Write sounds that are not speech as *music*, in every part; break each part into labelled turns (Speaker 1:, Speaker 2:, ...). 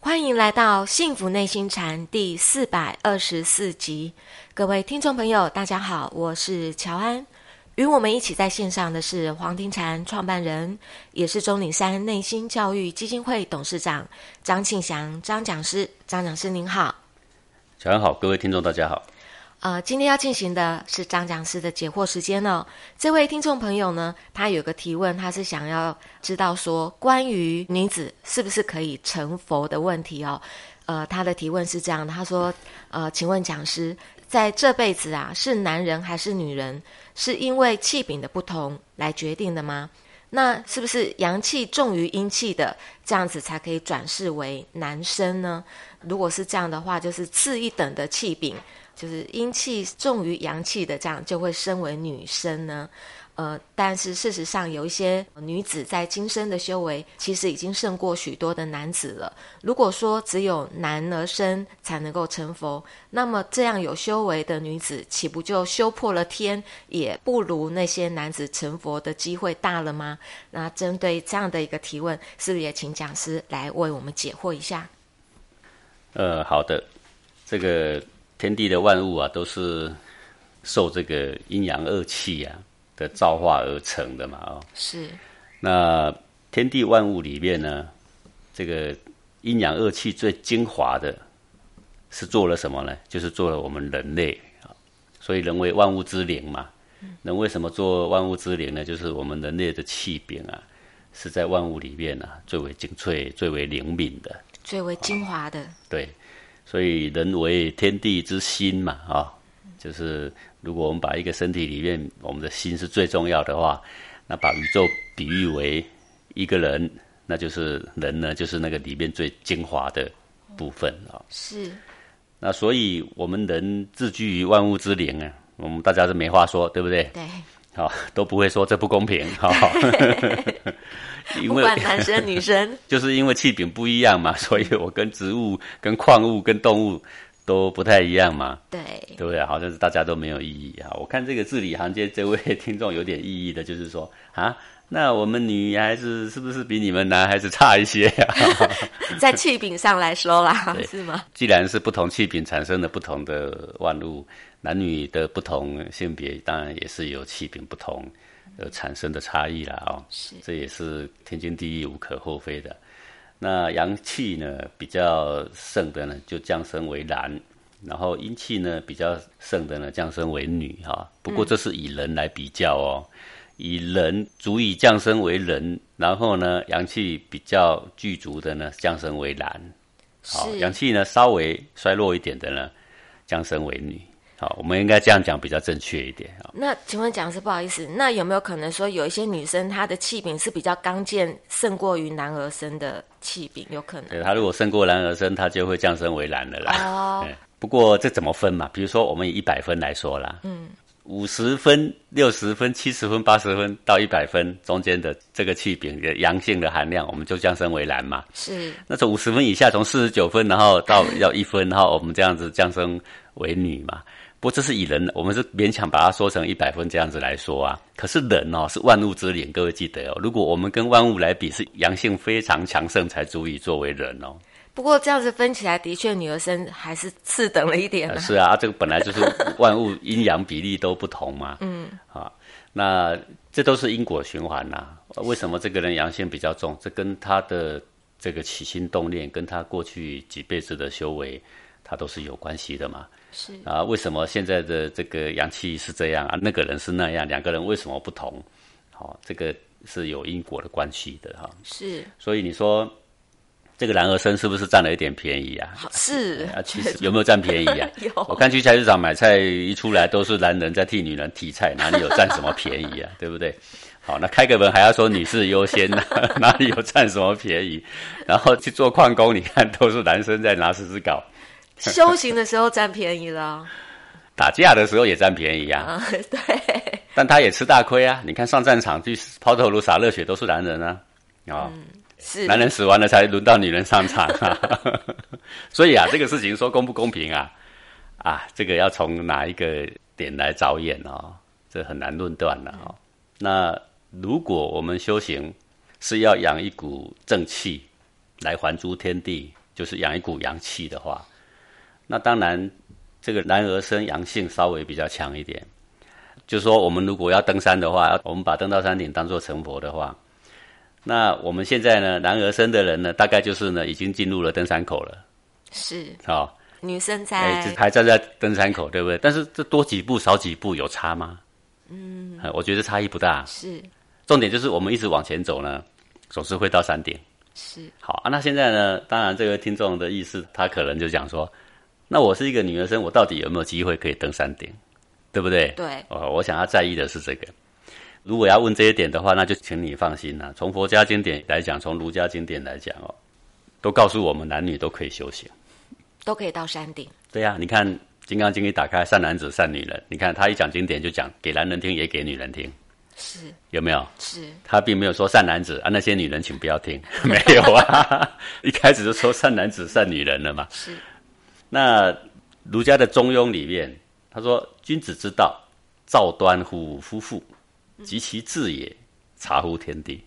Speaker 1: 欢迎来到《幸福内心禅》第四百二十四集，各位听众朋友，大家好，我是乔安。与我们一起在线上的是黄庭禅创办人，也是钟岭山内心教育基金会董事长张庆祥张讲师。张讲师您好，
Speaker 2: 乔安好，各位听众大家好。
Speaker 1: 呃，今天要进行的是张讲师的解惑时间哦。这位听众朋友呢，他有个提问，他是想要知道说关于女子是不是可以成佛的问题哦。呃，他的提问是这样的，他说：呃，请问讲师，在这辈子啊，是男人还是女人，是因为气禀的不同来决定的吗？那是不是阳气重于阴气的，这样子才可以转世为男生呢？如果是这样的话，就是次一等的气禀。就是阴气重于阳气的，这样就会身为女生呢。呃，但是事实上，有一些女子在今生的修为，其实已经胜过许多的男子了。如果说只有男儿身才能够成佛，那么这样有修为的女子，岂不就修破了天，也不如那些男子成佛的机会大了吗？那针对这样的一个提问，是不是也请讲师来为我们解惑一下？
Speaker 2: 呃，好的，这个天地的万物啊，都是受这个阴阳二气啊的造化而成的嘛。哦，
Speaker 1: 是，
Speaker 2: 那天地万物里面呢，这个阴阳二气最精华的是做了什么呢？就是做了我们人类啊所以人为万物之灵嘛。人为什么做万物之灵呢？就是我们人类的气禀啊，是在万物里面啊最为精粹、最为灵敏的。
Speaker 1: 最为精华的，
Speaker 2: 对，所以人为天地之心嘛，啊、就是如果我们把一个身体里面我们的心是最重要的话，那把宇宙比喻为一个人，那就是人呢，就是那个里面最精华的部分啊、
Speaker 1: 是
Speaker 2: 那所以我们人自居于万物之灵啊，我们大家是没话说，对不对？
Speaker 1: 对，
Speaker 2: 好、都不会说这不公平，好、 *laughs* 因
Speaker 1: 不
Speaker 2: 为
Speaker 1: 管男生女生。
Speaker 2: *laughs* 就是因为气禀不一样嘛， *laughs* 所以我跟植物、跟矿物、跟动物都不太一样嘛，
Speaker 1: 对，
Speaker 2: 对不对？好像是大家都没有意义啊。我看这个字里行间，这位听众有点意义的，就是说啊，那我们女孩子是不是比你们男孩子差一些呀、
Speaker 1: 在气饼上来说啦，是吗？
Speaker 2: 既然是不同气禀产生的不同的万物，男女的不同性别，当然也是有气禀不同而产生的差异啦。哦，
Speaker 1: 是
Speaker 2: 这也是天经地义、无可厚非的。那阳气呢比较盛的呢，就降生为男；然后阴气呢比较盛的呢，降生为女哈、不过这是以人来比较哦，以人足以降生为人，然后呢阳气比较具足的呢，降生为男。好，
Speaker 1: 是
Speaker 2: 阳气呢稍微衰弱一点的呢，降生为女。好，我们应该这样讲比较正确一点啊。
Speaker 1: 那请问讲师，不好意思，那有没有可能说有一些女生她的气饼是比较刚健，胜过于男儿身的气饼，有可能
Speaker 2: 对，他如果胜过男而生，他就会降生为男了啦。
Speaker 1: 哦
Speaker 2: *laughs* 哎，不过这怎么分嘛？比如说我们以一百分来说啦，嗯，五十分、六十分、七十分、八十分到一百分中间的这个气饼的阳性的含量，我们就降生为男嘛。
Speaker 1: 是
Speaker 2: 那从五十分以下，从四十九分，然后到要一分，然后我们这样子降生为女嘛。不过这是以人，我们是勉强把它说成一百分这样子来说啊。可是人哦是万物之灵，各位记得哦。如果我们跟万物来比，是阳性非常强盛才足以作为人哦。
Speaker 1: 不过这样子分起来，的确女儿身还是次等了一 *laughs* 点
Speaker 2: 呃
Speaker 1: 啦。
Speaker 2: 是啊，啊这个本来就是 *laughs* 万物阴阳比例都不同嘛。嗯，啊，那这都是因果循环呐、为什么这个人阳性比较重？这跟他的这个起心动念，跟他过去几辈子的修为，他都是有关系的嘛。
Speaker 1: 是
Speaker 2: 啊，为什么现在的这个阳气是这样啊？那个人是那样，两个人为什么不同？好、这个是有因果的关系的哈、
Speaker 1: 是
Speaker 2: 所以你说这个男儿身是不是占了一点便宜啊？
Speaker 1: 好是
Speaker 2: 啊，
Speaker 1: *laughs*？
Speaker 2: 其实有没有占便宜啊 *laughs*
Speaker 1: 有
Speaker 2: 我看去菜市场买菜，一出来都是男人在替女人提菜，哪里有占什么便宜啊？对不对？好，那开个门还要说女士优先呢、 *laughs* 哪里有占什么便宜？然后去做矿工，你看都是男生在拿十字镐，
Speaker 1: 修行的时候占便宜了，
Speaker 2: 打架的时候也占便宜 *laughs* 啊，
Speaker 1: 啊， *laughs* 对，
Speaker 2: 但他也吃大亏啊。你看上战场去抛头颅洒热血都是男人啊，啊、
Speaker 1: 是
Speaker 2: 男人死完了才轮到女人上场啊。所以啊，这个事情说公不公平啊，啊，这个要从哪一个点来着眼哦，这很难论断了哦。那如果我们修行是要养一股正气来还诸天地，就是养一股阳气的话，那当然这个男儿身阳性稍微比较强一点。就是说，我们如果要登山的话，我们把登到山顶当做成佛的话，那我们现在呢，男儿身的人呢，大概就是呢，已经进入了登山口了，
Speaker 1: 是
Speaker 2: 好、
Speaker 1: 女生
Speaker 2: 哎、
Speaker 1: 在
Speaker 2: 这还站在登山口，对不对？但是这多几步少几步有差吗？嗯，我觉得差异不大。
Speaker 1: 是
Speaker 2: 重点就是我们一直往前走呢，总是会到山顶。
Speaker 1: 是
Speaker 2: 好啊，那现在呢？当然，这位听众的意思，他可能就讲说，那我是一个女儿身，我到底有没有机会可以登山顶，对不对？
Speaker 1: 对
Speaker 2: 哦，我想要在意的是这个。如果要问这一点的话，那就请你放心啦、从佛家经典来讲，从儒家经典来讲哦，都告诉我们男女都可以修行。
Speaker 1: 都可以到山顶，
Speaker 2: 对呀、你看《金刚经》一打开，善男子善女人。你看他一讲经典就讲给男人听，也给女人听，
Speaker 1: 是
Speaker 2: 有没有？
Speaker 1: 是
Speaker 2: 他并没有说善男子啊，那些女人请不要听， *laughs* 没有啊， *laughs* 一开始就说善男子善女人了嘛。
Speaker 1: 是
Speaker 2: 那儒家的《中庸》里面，他说：“君子之道，造端乎夫妇，及其志也，察乎天地。”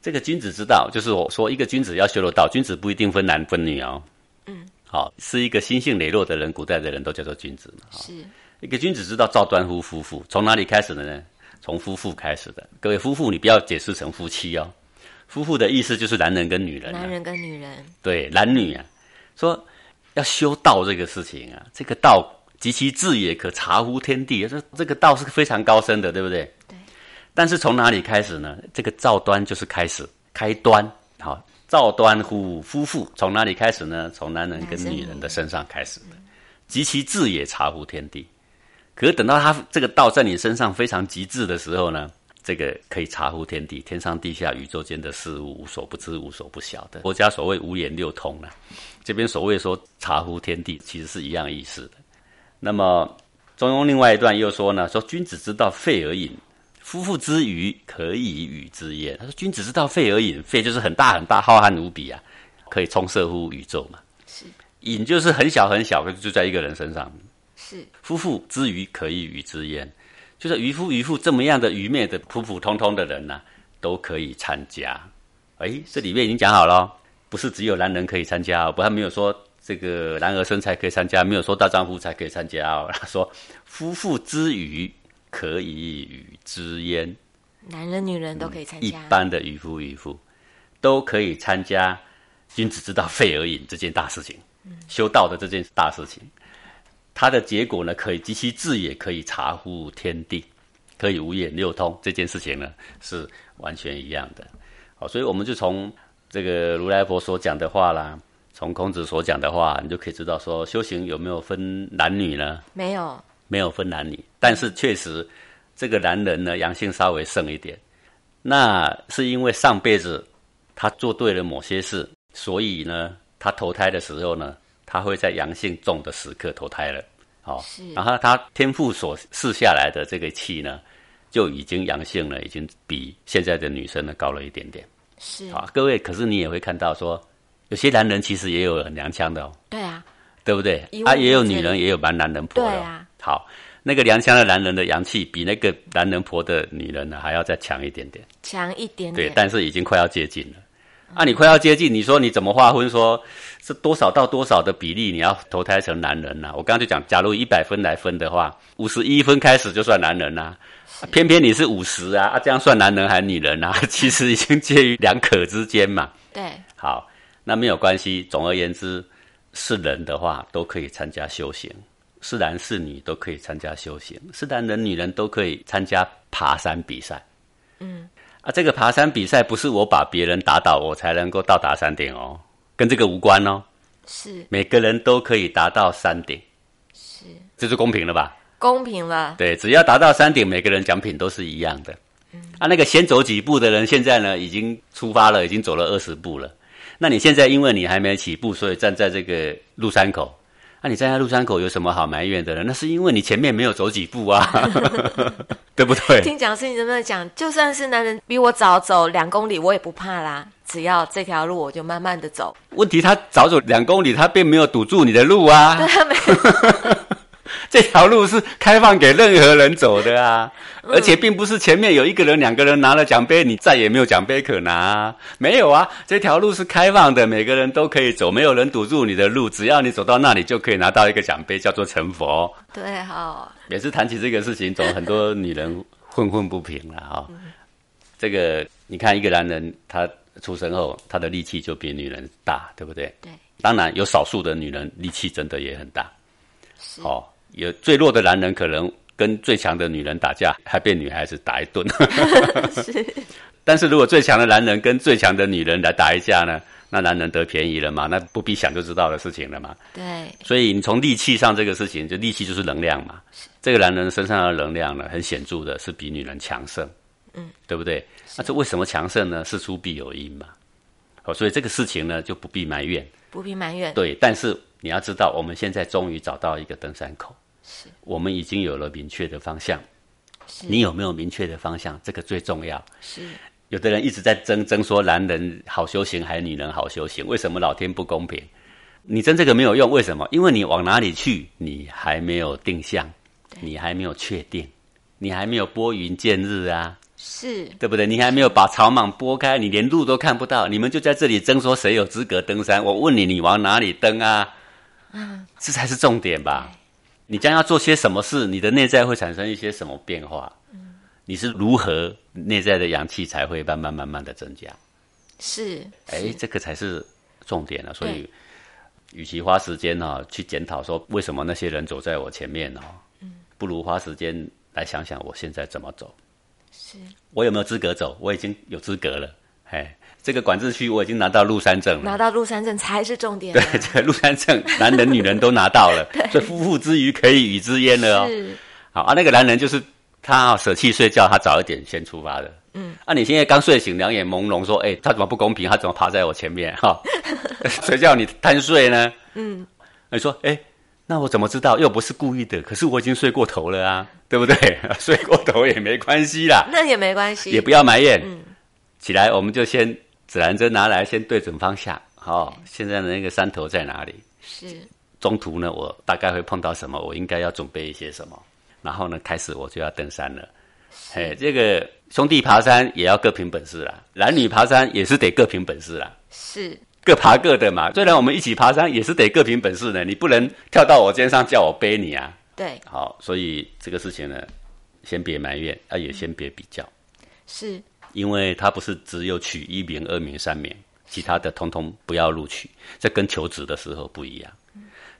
Speaker 2: 这个君子之道，就是我说一个君子要修的道，君子不一定分男分女哦。嗯，好，是一个心性磊落的人，古代的人都叫做君子嘛。
Speaker 1: 是
Speaker 2: 一个君子之道，造端乎夫妇，从哪里开始的呢？从夫妇开始的。各位夫妇，你不要解释成夫妻哦。夫妇的意思就是男人跟女人、啊，
Speaker 1: 男人跟女人
Speaker 2: 对男女啊，说要修道这个事情啊，这个道及其志也可察乎天地，这这个道是非常高深的，对不对？
Speaker 1: 对。
Speaker 2: 但是从哪里开始呢？这个造端就是开始开端，好，造端乎夫妇，从哪里开始呢？从男人跟女人的身上开始的，及其志也察乎天地。可是等到他这个道在你身上非常极致的时候呢，这个可以察乎天地，天上地下宇宙间的事物，无所不知，无所不晓的。佛家所谓五眼六通啊，这边所谓说察乎天地，其实是一样意思的。那么《中庸》另外一段又说呢，说君子之道废而隐，夫妇之愚可以与之也。他说君子之道废而隐，废就是很大很大，浩瀚无比啊，可以充塞乎宇宙嘛。
Speaker 1: 是
Speaker 2: 隐就是很小很小，就在一个人身上。
Speaker 1: 是
Speaker 2: 夫妇之愚可以与之焉，就是渔夫渔妇这么样的愚昧的普普通通的人呢、都可以参加。哎，这里面已经讲好了哦，不是只有男人可以参加、哦，不，他没有说这个男儿身才可以参加，没有说大丈夫才可以参加哦，他说夫妇之愚可以与之焉，
Speaker 1: 男人女人都可以参
Speaker 2: 嗯一
Speaker 1: 加，
Speaker 2: 般的渔夫渔妇都可以参加君子之道废而隐这件大事情，
Speaker 1: 嗯
Speaker 2: 修道的这件大事情，它的结果呢，可以及其志也可以察乎天地，可以五眼六通，这件事情呢是完全一样的。好，所以我们就从这个如来佛所讲的话啦。从孔子所讲的话，你就可以知道说，修行有没有分男女呢？
Speaker 1: 没有
Speaker 2: 没有分男女，但是确实这个男人呢阳性稍微盛一点，那是因为上辈子他做对了某些事，所以呢他投胎的时候呢，他会在阳性重的时刻投胎了。好、
Speaker 1: 是
Speaker 2: 然后他天赋所试下来的这个气呢，就已经阳性了，已经比现在的女生呢高了一点点。
Speaker 1: 嗯是
Speaker 2: 啊，各位，可是你也会看到说，有些男人其实也有很娘腔的哦。
Speaker 1: 对啊
Speaker 2: 对不对
Speaker 1: 一？物
Speaker 2: 啊，
Speaker 1: 无
Speaker 2: 也有
Speaker 1: 这
Speaker 2: 女人，
Speaker 1: 里
Speaker 2: 也有蛮男人婆的。哦
Speaker 1: 对啊
Speaker 2: 好，那个娘腔的男人的阳气比那个男人婆的女人呢还要再强一点点，
Speaker 1: 强一点
Speaker 2: 对，
Speaker 1: 点
Speaker 2: 但是已经快要接近了。啊，你快要接近，你说你怎么划分说？是多少到多少的比例你要投胎成男人呐、我刚刚就讲，假如一百分来分的话，五十一分开始就算男人呐、啊偏偏你是五十啊，啊，这样算男人还女人啊？ *laughs* 其实已经介于两可之间嘛。
Speaker 1: 对
Speaker 2: 好，那没有关系。总而言之，是人的话都可以参加修行，是男是女都可以参加修行，是男人女人都可以参加爬山比赛。嗯，啊，这个爬山比赛不是我把别人打倒我才能够到达山顶哦，跟这个无关哦。
Speaker 1: 是
Speaker 2: 每个人都可以达到山顶，
Speaker 1: 是
Speaker 2: 这就公平了吧？
Speaker 1: 公平了，
Speaker 2: 对，只要达到山顶，每个人奖品都是一样的。啊，那个先走几步的人，现在呢已经出发了，已经走了二十步了。那你现在因为你还没起步，所以站在这个路山口，那、你站在路山口有什么好埋怨的呢？那是因为你前面没有走几步啊，对不对？
Speaker 1: 听讲师，你能不能讲，就算是男人比我早走两公里，我也不怕啦，只要这条路我就慢慢的走。
Speaker 2: *laughs* 问题他早走两公里，他并没有堵住你的路啊，
Speaker 1: 对啊，没
Speaker 2: *laughs* 这条路是开放给任何人走的啊，而且并不是前面有一个人、两个人拿了奖杯，你再也没有奖杯可拿、啊，没有啊，这条路是开放的，每个人都可以走，没有人堵住你的路，只要你走到那里，就可以拿到一个奖杯，叫做成佛。
Speaker 1: 对哈、哦，
Speaker 2: 每次谈起这个事情，总很多女人愤愤不平了哈、哦。这个你看，一个男人他出生后，他的力气就比女人大，对不对？
Speaker 1: 对，
Speaker 2: 当然有少数的女人力气真的也很大，
Speaker 1: 是
Speaker 2: 哦，有最弱的男人可能跟最强的女人打架，还被女孩子打一顿。
Speaker 1: *laughs* 是，
Speaker 2: 但是如果最强的男人跟最强的女人来打一架呢，那男人得便宜了嘛？那不必想就知道的事情了嘛。
Speaker 1: 对，
Speaker 2: 所以你从力气上这个事情，就力气就是能量嘛。这个男人身上的能量呢，很显著的是比女人强盛，
Speaker 1: 嗯，
Speaker 2: 对不对？那这为什么强盛呢？事出必有因嘛。哦，所以这个事情呢就不必埋怨，
Speaker 1: 不必埋怨。
Speaker 2: 对。但是你要知道，我们现在终于找到一个登山口，
Speaker 1: 是
Speaker 2: 我们已经有了明确的方向。
Speaker 1: 是
Speaker 2: 你有没有明确的方向？这个最重要。
Speaker 1: 是
Speaker 2: 有的人一直在争争说男人好修行还是女人好修行，为什么老天不公平？你争这个没有用，为什么？因为你往哪里去，你还没有定向，你还没有确定，你还没有拨云见日啊，
Speaker 1: 是，
Speaker 2: 对不对？你还没有把草莽拨开，你连路都看不到，你们就在这里争说谁有资格登山？我问你，你往哪里登啊？这才是重点吧。你将要做些什么事，你的内在会产生一些什么变化？你是如何内在的阳气才会慢慢慢慢的增加？
Speaker 1: 是
Speaker 2: 哎，这个才是重点了、啊所以
Speaker 1: 对，
Speaker 2: 与其花时间哈、去检讨说为什么那些人走在我前面哦，
Speaker 1: 嗯
Speaker 2: 不如花时间来想想我现在怎么走，
Speaker 1: 是
Speaker 2: 我有没有资格走？我已经有资格了，哎，这个管制区我已经拿到鹿山证了。
Speaker 1: 拿到鹿山证才是重点啊、
Speaker 2: 对， *laughs* 这个鹿山证，男人女人都拿
Speaker 1: *laughs*
Speaker 2: 到了，所以夫妇之余可以与之焉了哦。
Speaker 1: 是
Speaker 2: 好啊，那个男人就是他、啊、舍弃睡觉，他早一点先出发的。嗯，啊，你现在刚睡醒，两眼朦胧，说：“哎、他怎么不公平？他怎么爬在我前面？ *laughs* 哈、谁叫你贪睡呢？”嗯，你说：“哎、那我怎么知道？又不是故意的，可是我已经睡过头了啊，对 *laughs* 不对？睡过头也没关系啦，
Speaker 1: 那也没关系，
Speaker 2: 也不要埋怨。起来，我们就先指南针拿来，先对准方向。好、现在的那个山头在哪里？
Speaker 1: 是
Speaker 2: 中途呢，我大概会碰到什么，我应该要准备一些什么，然后呢，开始我就要登山了。哎，这个兄弟爬山也要各凭本事啦，男女爬山也是得各凭本事啦，
Speaker 1: 是
Speaker 2: 各爬各的嘛。虽然我们一起爬山，也是得各凭本事呢，你不能跳到我肩上叫我背你啊。
Speaker 1: 对
Speaker 2: 好，所以这个事情呢，先别埋怨，啊，也先别比较，
Speaker 1: 是
Speaker 2: 因为他不是只有取一名、二名、三名，其他的通通不要录取。这跟求职的时候不一样，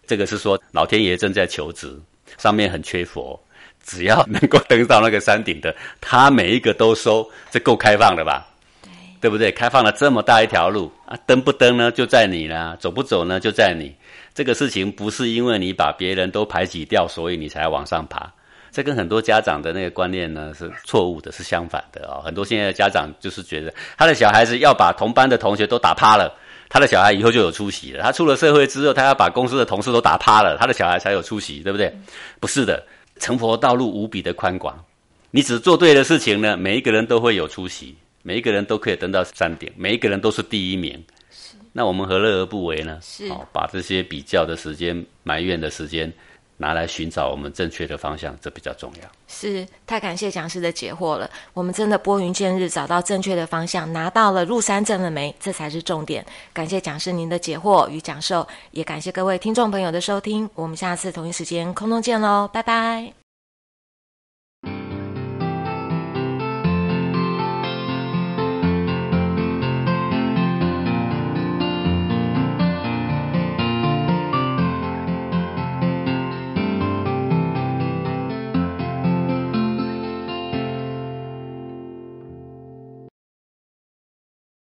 Speaker 2: 这个是说老天爷正在求职，上面很缺佛，只要能够登到那个山顶的，他每一个都收，这够开放了吧？
Speaker 1: 对
Speaker 2: 对不对？开放了这么大一条路啊，登不登呢，就在你啦；走不走呢，就在你。这个事情不是因为你把别人都排挤掉，所以你才往上爬。这跟很多家长的那个观念呢是错误的，是相反的哦。很多现在的家长就是觉得他的小孩子要把同班的同学都打趴了，他的小孩以后就有出息了。他出了社会之后，他要把公司的同事都打趴了，他的小孩才有出息，对不对？不是的，成佛道路无比的宽广，你只做对的事情呢，每一个人都会有出息，每一个人都可以登到山顶，每一个人都是第一名。那我们何乐而不为呢？
Speaker 1: 是
Speaker 2: 哦，把这些比较的时间、埋怨的时间，拿来寻找我们正确的方向，这比较重要。
Speaker 1: 是，太感谢讲师的解惑了。我们真的拨云见日，找到正确的方向，拿到了入山证了没？这才是重点。感谢讲师您的解惑与讲授，也感谢各位听众朋友的收听。我们下次同一时间空中见喽，拜拜。